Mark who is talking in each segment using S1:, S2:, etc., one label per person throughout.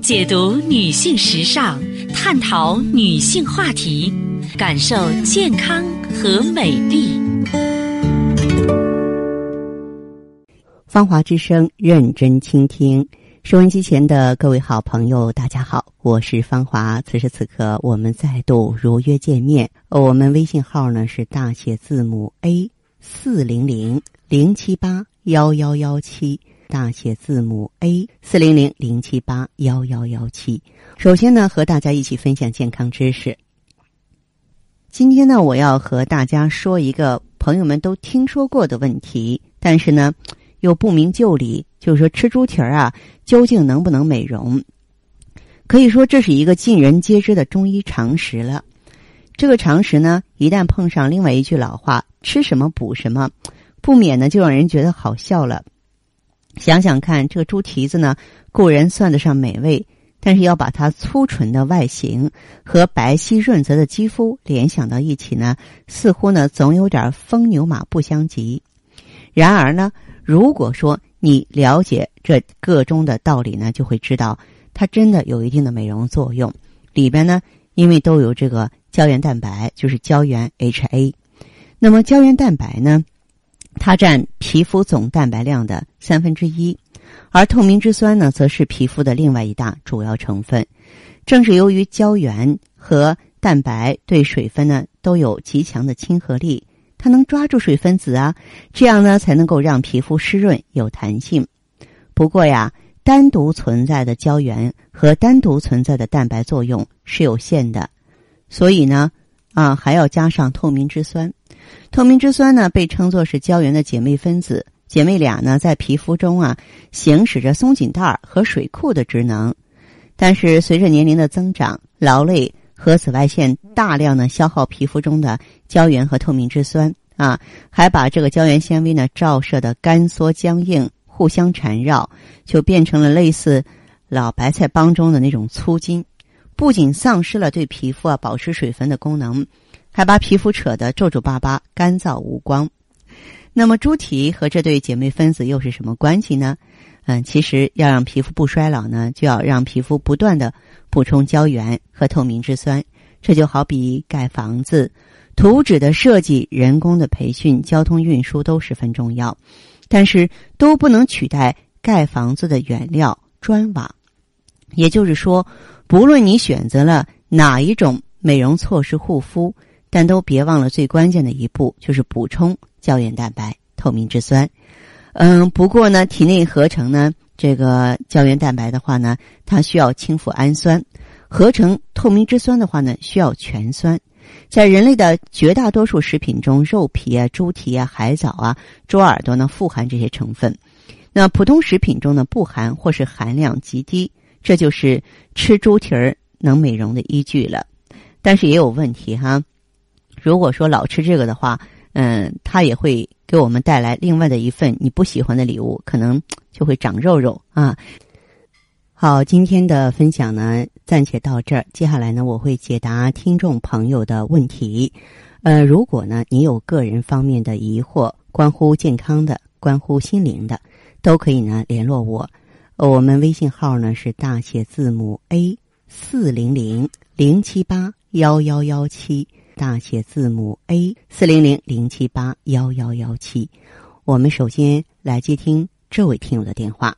S1: 解读女性时尚，探讨女性话题，感受健康和美丽。
S2: 芳华之声，认真倾听。收音机前的各位好朋友，大家好，我是芳华。此时此刻，我们再度如约见面。呃我们微信号呢是大写字母 A 四零零零七八幺幺幺七，大写字母 A 四零零零七八幺幺幺七。首先呢，和大家一起分享健康知识。今天呢，我要和大家说一个朋友们都听说过的问题，但是呢，又不明就里，就是说吃猪蹄儿啊，究竟能不能美容？可以说这是一个尽人皆知的中医常识了。这个常识呢，一旦碰上另外一句老话“吃什么补什么”，不免呢就让人觉得好笑了。想想看，这个猪蹄子呢，固然算得上美味，但是要把它粗纯的外形和白皙润泽的肌肤联想到一起呢，似乎呢总有点风牛马不相及。然而呢，如果说你了解这个中的道理呢，就会知道它真的有一定的美容作用。里边呢，因为都有这个胶原蛋白，就是胶原 HA。那么胶原蛋白呢，它占皮肤总蛋白量的三分之一，而透明质酸呢，则是皮肤的另外一大主要成分。正是由于胶原和蛋白对水分呢都有极强的亲和力，它能抓住水分子啊，这样呢才能够让皮肤湿润有弹性。不过呀，单独存在的胶原和单独存在的蛋白作用是有限的，所以呢，啊还要加上透明质酸。透明质酸呢被称作是胶原的姐妹分子，姐妹俩呢在皮肤中啊行使着松紧带儿和水库的职能。但是随着年龄的增长，劳累和紫外线大量的消耗皮肤中的胶原和透明质酸啊，还把这个胶原纤维呢照射的干缩僵硬，互相缠绕，就变成了类似老白菜帮中的那种粗筋。不仅丧失了对皮肤啊保持水分的功能，还把皮肤扯得皱皱巴巴、干燥无光。那么猪蹄和这对姐妹分子又是什么关系呢？嗯，其实要让皮肤不衰老呢，就要让皮肤不断的补充胶原和透明质酸。这就好比盖房子，图纸的设计、人工的培训、交通运输都十分重要，但是都不能取代盖房子的原料砖瓦。也就是说，不论你选择了哪一种美容措施护肤，但都别忘了最关键的一步，就是补充胶原蛋白、透明质酸。嗯，不过呢，体内合成呢这个胶原蛋白的话呢，它需要氢氟氨酸；合成透明质酸的话呢，需要醛酸。在人类的绝大多数食品中，肉皮啊、猪蹄啊、海藻啊、猪耳朵呢富含这些成分。那普通食品中呢不含或是含量极低，这就是吃猪蹄儿能美容的依据了。但是也有问题哈，如果说老吃这个的话，嗯，它也会给我们带来另外的一份你不喜欢的礼物，可能就会长肉肉啊。好，今天的分享呢，暂且到这儿。接下来呢，我会解答听众朋友的问题。呃，如果呢你有个人方面的疑惑，关乎健康的、关乎心灵的，都可以呢联络我。呃我们微信号呢是大写字母 A 四零零零七八幺幺幺七，大写字母 A 四零零零七八幺幺幺七。我们首先来接听这位听友的电话。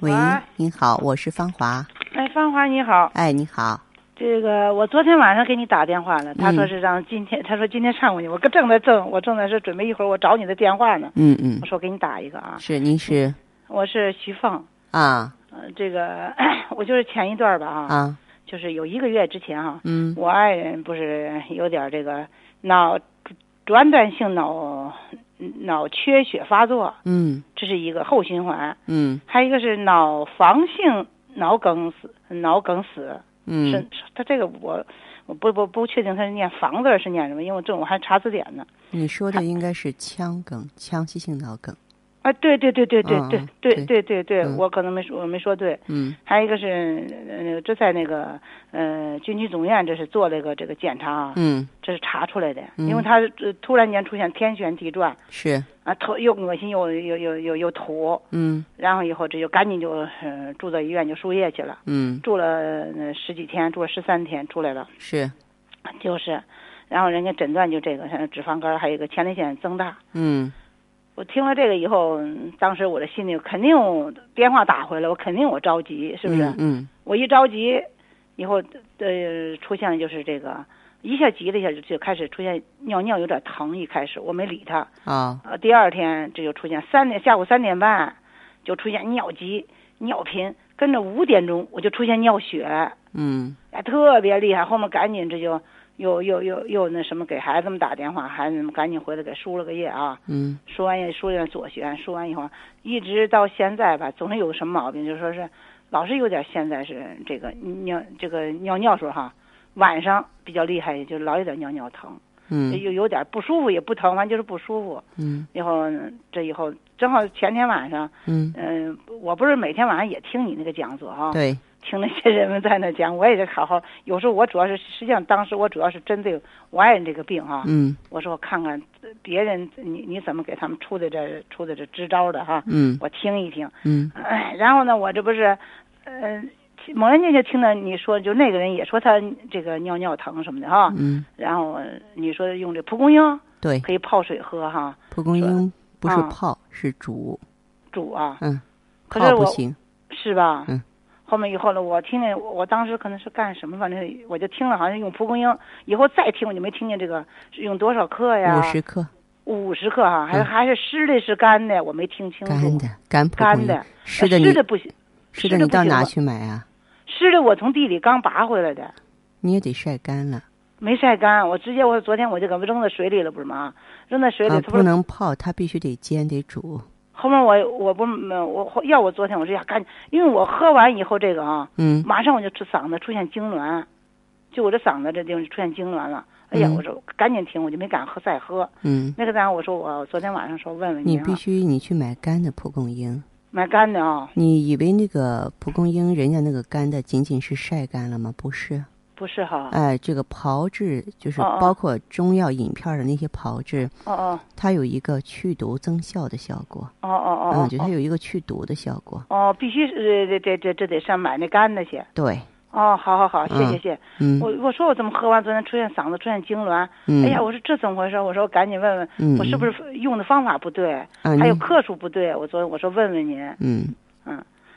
S2: 喂
S3: 喂，
S2: 您好，我是芳华。
S3: 哎，芳华你好，
S2: 哎，你好，
S3: 这个我昨天晚上给你打电话了，他
S2: 嗯
S3: 说是让今天，他说今天上午你，我可正在正，我正在是准备一会儿我找你的电话呢，
S2: 嗯嗯
S3: 我，说给你打一个啊，
S2: 是您是
S3: 我是徐凤，
S2: 啊
S3: 呃，这个 我就是前一段儿吧啊，
S2: 啊
S3: 就是有一个月之前啊，
S2: 嗯
S3: 我爱人不是有点儿这个脑转断性脑脑缺血发作，
S2: 嗯
S3: 这是一个后循环，
S2: 嗯
S3: 还有一个是脑房性脑梗死，脑梗死。是
S2: 嗯，
S3: 是他这个我我不不不确定他是念房字儿是念什么，因为这我还查字典呢。
S2: 你说的应该是腔梗，腔隙性脑梗。
S3: 啊，对对对对对对
S2: 啊
S3: 对
S2: 对
S3: 对对对，
S2: 嗯
S3: 我可能没说我没说对。
S2: 嗯
S3: 还有一个是，呃，这在那个呃军区总院这是做了一个这个检查啊，
S2: 嗯，
S3: 这是查出来的，
S2: 嗯
S3: 因为他、呃突然间出现天旋地转
S2: 是，
S3: 啊，头又恶心又又又又又吐，
S2: 嗯
S3: 然后以后这就赶紧就、呃、住到医院就输液去了，
S2: 嗯
S3: 住了、呃十几天，住了十三天出来了，
S2: 是，
S3: 就是，然后人家诊断就这个像脂肪肝，还有一个前列腺增大。
S2: 嗯
S3: 我听了这个以后，嗯当时我的心里肯定电话打回来，我肯定我着急，是不是？
S2: 嗯嗯
S3: 我一着急，以后呃出现的就是这个，一下急了一下就就开始出现尿尿有点疼，一开始我没理他，
S2: 啊
S3: 呃，第二天这就出现三点下午三点半就出现尿急、尿频，跟着五点钟我就出现尿血，
S2: 嗯
S3: 哎，特别厉害，后面赶紧这就。又又又又那什么，给孩子们打电话，孩子们赶紧回来给输了个液啊，
S2: 嗯
S3: 输完液输了左旋，输完以后一直到现在吧，总是有什么毛病，就说是老是有点现在是这个尿这个尿尿时候哈，晚上比较厉害，就老有点尿尿疼，
S2: 嗯
S3: 有有点不舒服也不疼，完就是不舒服。
S2: 嗯
S3: 以后这以后正好前天晚上，
S2: 嗯，
S3: 嗯、我不是每天晚上也听你那个讲座啊哈、
S2: 对，
S3: 听那些人们在那讲，我也是好好。有时候我主要是实际上当时我主要是针对我爱人这个病哈、
S2: 嗯
S3: 我说我看看呃别人你你怎么给他们出的这出的这支招的哈，
S2: 嗯
S3: 我听一听。
S2: 嗯
S3: 哎，然后呢，我这不是，呃，其猛然间就听到你说，就那个人也说他这个尿尿疼什么的哈，
S2: 嗯，
S3: 然后呃你说用这蒲公英
S2: 对，
S3: 可以泡水喝哈，
S2: 蒲公英不是
S3: 啊
S2: 泡，是煮，
S3: 煮啊，
S2: 嗯，
S3: 可
S2: 泡
S3: 是
S2: 不
S3: 我
S2: 行，
S3: 是吧？
S2: 嗯。
S3: 后面以后呢，我听见我我当时可能是干什么，反正我就听了，好像用蒲公英。以后再听我就没听见这个是用多少克呀？
S2: 五十克
S3: 五十克哈、还、
S2: 嗯
S3: 还是湿的，是干的，我没听清楚。
S2: 干的干蒲
S3: 干
S2: 公英
S3: 的，
S2: 湿的
S3: 呃
S2: 你
S3: 湿的不行，
S2: 湿
S3: 湿
S2: 的
S3: 的
S2: 你
S3: 不
S2: 到
S3: 行
S2: 哪
S3: 我
S2: 去买啊？
S3: 湿的我从地里刚拔回来的，
S2: 你也得晒干了
S3: 没晒干，我直接我昨天我就给扔在水里了，不是吗？扔在水里，
S2: 啊，
S3: 它
S2: 不
S3: 是
S2: 能泡，它必须得煎得煮，
S3: 后面我我不嗯我要我昨天我说呀赶紧，因为我喝完以后这个啊，
S2: 嗯
S3: 马上我就出嗓子出现痉挛，就我这嗓子这地方就出现痉挛了。哎呀，
S2: 嗯
S3: 我说赶紧停，我就没敢喝再喝。
S2: 嗯，
S3: 那个单我说我昨天晚上说问问
S2: 你
S3: 您啊
S2: 必，须你去买干的蒲公英。
S3: 买干的啊？
S2: 你以为那个蒲公英人家那个干的仅仅是晒干了吗？不是，
S3: 不是哈？
S2: 哎，这个炮制就是
S3: 啊哦哦
S2: 包括中药饮片儿的那些炮制，
S3: 哦哦
S2: 它有一个去毒增效的效果，
S3: 哦哦
S2: 嗯，
S3: 哦
S2: 就它
S3: 哦
S2: 有一个去毒的效果。
S3: 哦，必须是这这这这得上买那干的去。
S2: 对，
S3: 哦，好好好，谢
S2: 嗯
S3: 谢谢。
S2: 嗯
S3: 我我说我怎么喝完昨天出现嗓子出现痉挛？
S2: 嗯，
S3: 哎呀，我说这怎么回事？我说我赶紧问问，
S2: 嗯，
S3: 我是不是用的方法不对？
S2: 嗯
S3: 还有
S2: 你
S3: 克数不对？我昨天我说问问您，
S2: 嗯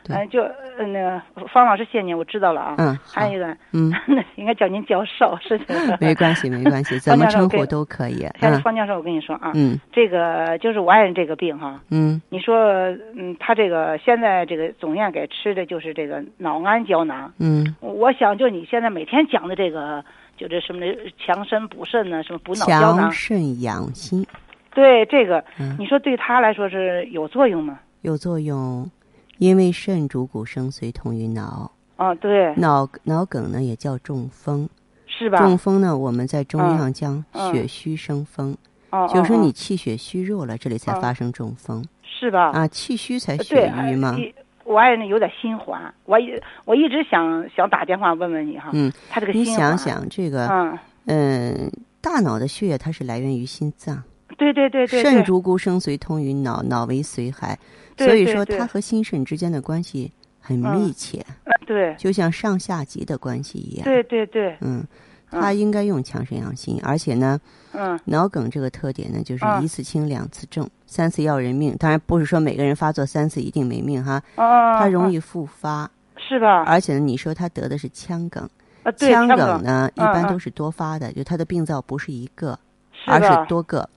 S2: 对
S3: 嗯，就呃那个方老师谢谢您，我知道了啊。
S2: 嗯好
S3: 还有一个，
S2: 嗯，
S3: 应该叫您教授是的。
S2: 没关系没关系，怎么
S3: 方教授
S2: 称呼
S3: 给
S2: 都可以。
S3: 像
S2: 嗯
S3: 方教授，我跟你说啊，
S2: 嗯
S3: 这个就是我爱人这个病哈，
S2: 嗯
S3: 你说，嗯，他这个现在这个总院给吃的就是这个脑氨胶囊，
S2: 嗯，
S3: 我想就你现在每天讲的这个，就这什么的强身补肾呢，什么补脑胶
S2: 强
S3: 囊，
S2: 肾养心
S3: 对这个
S2: 嗯，
S3: 你说对他来说是有作用吗？
S2: 有作用，因为肾主骨生髓，通于脑。
S3: 啊，对，
S2: 脑脑梗呢也叫中风，
S3: 是吧？
S2: 中风呢我们在中医上讲
S3: 嗯
S2: 血虚生风，
S3: 哦，
S2: 就是说
S3: 哦
S2: 你
S3: 哦
S2: 气血虚弱了，这里才
S3: 嗯
S2: 发生中风
S3: 是吧？
S2: 啊，气虚才
S3: 呃
S2: 血
S3: 对，呃
S2: 瘀嘛。
S3: 一我爱人有点心烦，我一我一直想想打电话问问你哈，
S2: 嗯，
S3: 他这呃个
S2: 你
S3: 心
S2: 想
S3: 烦，
S2: 想这个，
S3: 嗯，
S2: 嗯，大脑的血液它是来源于心脏，
S3: 对对对对
S2: 肾
S3: 对，
S2: 主骨生髓，通于脑，脑为髓海，
S3: 对
S2: 所以
S3: 对
S2: 说
S3: 对
S2: 它和心肾之间的关系很
S3: 嗯
S2: 密切，
S3: 对
S2: 就像上下级的关系一样。
S3: 对对对，
S2: 嗯，它应该用强肾养心，而且呢，
S3: 嗯，
S2: 脑梗这个特点呢，就是
S3: 嗯
S2: 一次轻，两次重，三次要人命。当然不是说每个人发作三次一定没命哈，
S3: 啊，
S2: 它容
S3: 易
S2: 易复发，
S3: 是吧？
S2: 而且呢，你说他得的是腔梗，
S3: 啊，对，呛
S2: 梗呢一
S3: 嗯
S2: 般
S3: 嗯
S2: 都是多发的，就它的病灶不是一个，
S3: 是
S2: 而
S3: 吧哦
S2: 是多个。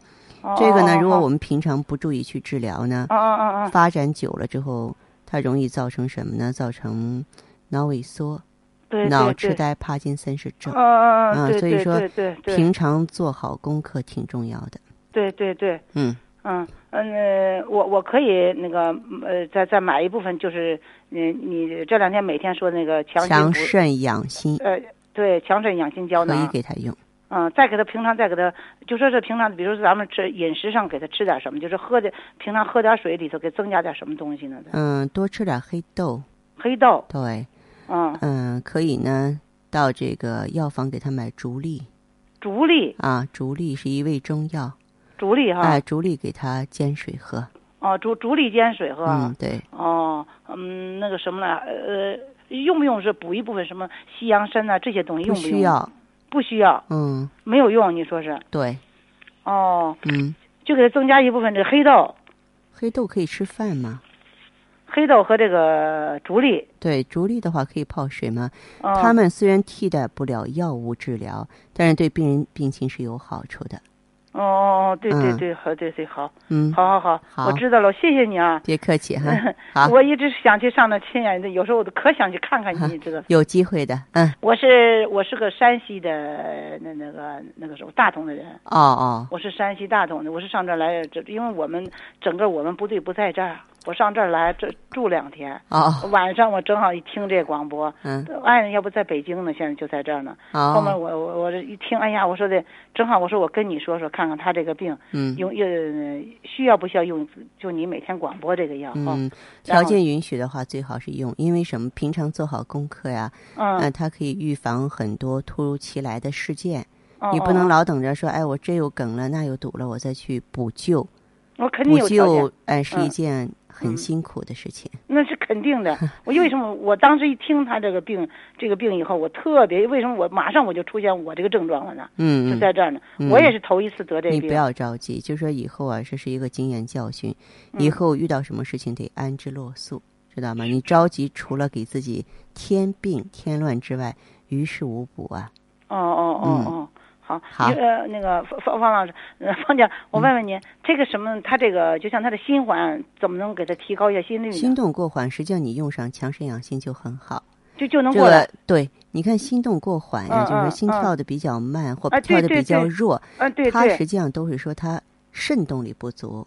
S2: 这个呢，如果我
S3: 们
S2: 们平常不注意去治疗呢，
S3: 啊啊啊啊，
S2: 发展久了之后，它容易造成什么呢？造成脑萎缩、
S3: 对
S2: 脑
S3: 对
S2: 痴
S3: 对
S2: 呆、帕金森氏症
S3: 嗯。嗯嗯，
S2: 啊
S3: 对
S2: 所以
S3: 对
S2: 说
S3: 对对对
S2: 平常做好功课挺重要的。
S3: 对对对，
S2: 嗯，
S3: 嗯嗯，呃我我可以那个呃，再再买一部分，就是你你这两天每天说那个强心
S2: 强
S3: 补
S2: 肾养心
S3: 呃，对强肾养心胶
S2: 可以
S3: 囊，
S2: 给他用。
S3: 嗯，再给他平常再给他，就说是平常，比如说咱们吃饮食上给他吃点什么，就是喝的平常喝点水里头给增加点什么东西呢？
S2: 嗯，多吃点黑豆，
S3: 黑豆，
S2: 对，
S3: 嗯，
S2: 嗯，可以呢，到这个药房给他买竹沥
S3: 竹沥，
S2: 啊，竹沥是一味中药，
S3: 竹沥哈，
S2: 哎，竹沥给他煎水喝，
S3: 哦，竹竹沥煎水喝，
S2: 嗯，对，
S3: 哦，嗯，那个什么呢？呃，用不用是补一部分什么西洋参呐、这些东西
S2: 不
S3: 用不用？
S2: 需，要，
S3: 不需要，
S2: 嗯，
S3: 没有用，你说是？
S2: 对，
S3: 哦，
S2: 嗯，
S3: 就给它增加一部分这黑豆、
S2: 黑豆可以吃饭吗？
S3: 黑豆和这个竹沥。
S2: 对，竹沥的话可以泡水吗？
S3: 嗯、
S2: 它们虽然替代不了药物治疗，但是对病人病情是有好处的。
S3: 哦哦哦，对对
S2: 嗯
S3: 对，好，对对好，
S2: 嗯，
S3: 好好好，
S2: 好
S3: 我知道了，谢谢你啊。
S2: 别客气 哈。好，
S3: 我一直想去上那亲眼的，有时候我都可想去看看
S2: 啊
S3: 你，这个。
S2: 有机会的。嗯，
S3: 我是我是个山西的那那个那个什么大同的人，
S2: 哦哦，
S3: 我是山西大同的，我是上这儿来，这因为我们整个我们部队不在这儿，我上这儿来这住两天，
S2: 哦，
S3: 晚上我正好一听这广播，
S2: 嗯，
S3: 爱人要不在北京呢，现在就在这儿呢。后面
S2: 哦，
S3: 我我我这一听，哎呀，我说的正好，我说我跟你说说，看看他这个病
S2: 嗯
S3: 用用需要不需要用，就你每天广播这个药哈。
S2: 嗯，
S3: 哦然
S2: 条
S3: 后
S2: 件允许的话，最好是用，因为什么？平常做好功课呀，
S3: 嗯，
S2: 那它可以预防很多突如其来的事件。
S3: 嗯
S2: 你不能
S3: 嗯
S2: 老等着说，哎，我这又梗了，那又堵了，我再去补救。
S3: 我肯定
S2: 补
S3: 有条件
S2: 救，，哎，是一
S3: 嗯
S2: 件很
S3: 嗯
S2: 辛苦的事情。
S3: 那是肯定的。我为 什么我当时一听他这个病这个病以后，我特别为什么我马上我就出现我这个症状了呢？
S2: 嗯，
S3: 就
S2: 嗯
S3: 在这儿呢，
S2: 嗯
S3: 我也是头一次得这
S2: 你
S3: 病。
S2: 不要着急，就说以后啊，这是一个经验教训，
S3: 嗯
S2: 以后遇到什么事情得安之若素，知道吗？你着急，除了给自己添病添乱之外，于事无补啊。
S3: 哦哦哦哦，好，
S2: 嗯好嗯
S3: 你呃，那个方方方老师，呃方姐，我问问您，这个什么，他这个就像他的心环，怎么能给他提高一下心率呢？
S2: 心动过缓，实际上你用上强肾养心就很好。
S3: 就就能
S2: 这
S3: 过来
S2: 个。对，你看心动过缓呀、
S3: 嗯
S2: 就是说
S3: 嗯
S2: 心
S3: 嗯
S2: 跳的比较慢、或
S3: 啊对
S2: 跳的
S3: 对
S2: 比较
S3: 对
S2: 弱，
S3: 嗯，对
S2: 它
S3: 对
S2: 实，际上都是说它肾动力不足。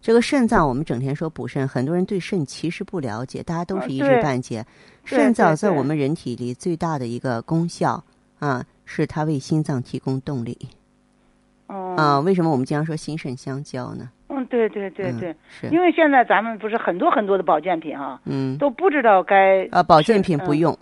S2: 这个肾脏，我们整天说补肾，很多人对肾其实不了解，大家都
S3: 啊
S2: 是一
S3: 对
S2: 知半解。
S3: 对
S2: 肾脏
S3: 对
S2: 在我
S3: 对
S2: 们人体里最大的一个功效啊，是它为心脏提供动力啊。
S3: 嗯，
S2: 为什么我们经常说心肾相交呢？
S3: 嗯，对对对
S2: 嗯
S3: 对，
S2: 是
S3: 因为现在咱们不是很多很多的保健品哈，
S2: 嗯
S3: 都不知道该
S2: 啊，保
S3: 是
S2: 健品不
S3: 嗯
S2: 用，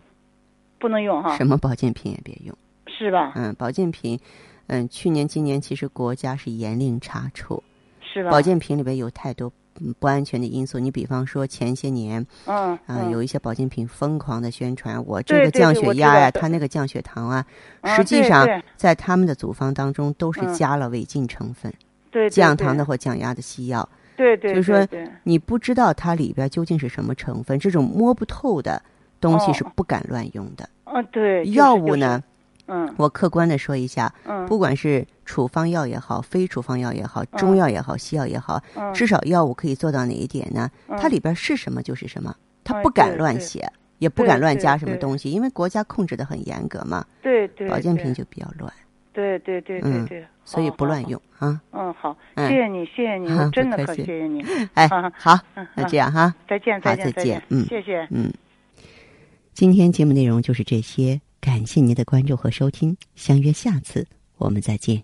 S3: 不能用哈，
S2: 什么保健品也别用。
S3: 是吧？
S2: 嗯，保健品，嗯，去年今年其实国家是严令查处，
S3: 是吧？
S2: 保，健品里边有太多嗯不安全的因素。你比方说前些年。
S3: 嗯
S2: 啊，
S3: 嗯
S2: 有一些保健品疯狂的宣传，我
S3: 对
S2: 这个
S3: 对
S2: 降
S3: 对
S2: 血
S3: 我知
S2: 压
S3: 道
S2: 呀、
S3: 的
S2: 他那个降血糖啊，
S3: 啊
S2: 实际
S3: 对
S2: 上
S3: 对
S2: 在他们的组方当中都是
S3: 嗯
S2: 加了违禁成分，
S3: 对对
S2: 降糖的，或降压的西药，
S3: 对对，
S2: 就是说
S3: 对对
S2: 你不知道它里边究竟是什么成分，这种摸不透的东西是
S3: 哦
S2: 不敢乱用的。
S3: 嗯对，就是
S2: 药物呢，，
S3: 就是嗯
S2: 我客观的说一下，
S3: 嗯，
S2: 不管是处方药也好，非处方药也好，中
S3: 嗯
S2: 药也好，西药也好，
S3: 嗯
S2: 至少药物可以做到哪一点呢？它
S3: 嗯
S2: 里边是什么就是什么，它
S3: 哎
S2: 不敢
S3: 对
S2: 乱
S3: 对
S2: 写，也不
S3: 对
S2: 敢乱
S3: 对
S2: 加什么
S3: 对
S2: 东西，因为国家控制的很严格嘛，
S3: 嗯对对
S2: 保健
S3: 对
S2: 品就比较乱，
S3: 对对对对
S2: 嗯
S3: 对，
S2: 所以
S3: 好
S2: 不乱。用啊。
S3: 好好嗯，好，
S2: 嗯
S3: 谢谢你，谢谢你，我真的
S2: 不客
S3: 可
S2: 气
S3: 谢谢你。
S2: 哎
S3: 好，
S2: 好，
S3: 嗯，
S2: 那
S3: 嗯
S2: 这样哈，
S3: 再见，
S2: 好
S3: 再
S2: 再
S3: 见，再
S2: 见
S3: 见，
S2: 嗯
S3: 谢谢。
S2: 嗯，今天节目内容就是这些，感谢您的关注和收听，相约下次我们再见。